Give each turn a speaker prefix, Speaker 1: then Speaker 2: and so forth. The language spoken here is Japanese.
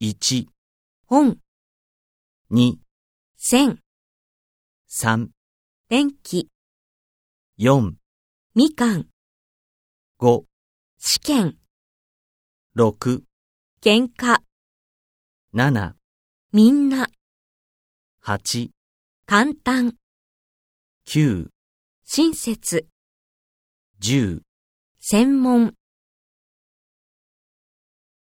Speaker 1: 1、
Speaker 2: 本、
Speaker 1: 2、
Speaker 2: 線、
Speaker 1: 3、
Speaker 2: 電気、
Speaker 1: 4、
Speaker 2: みかん、
Speaker 1: 5、
Speaker 2: 試験、
Speaker 1: 6、
Speaker 2: 喧嘩、
Speaker 1: 7、
Speaker 2: みんな、
Speaker 1: 8、
Speaker 2: 簡単、
Speaker 1: 9、
Speaker 2: 親切、
Speaker 1: 10
Speaker 2: 専門。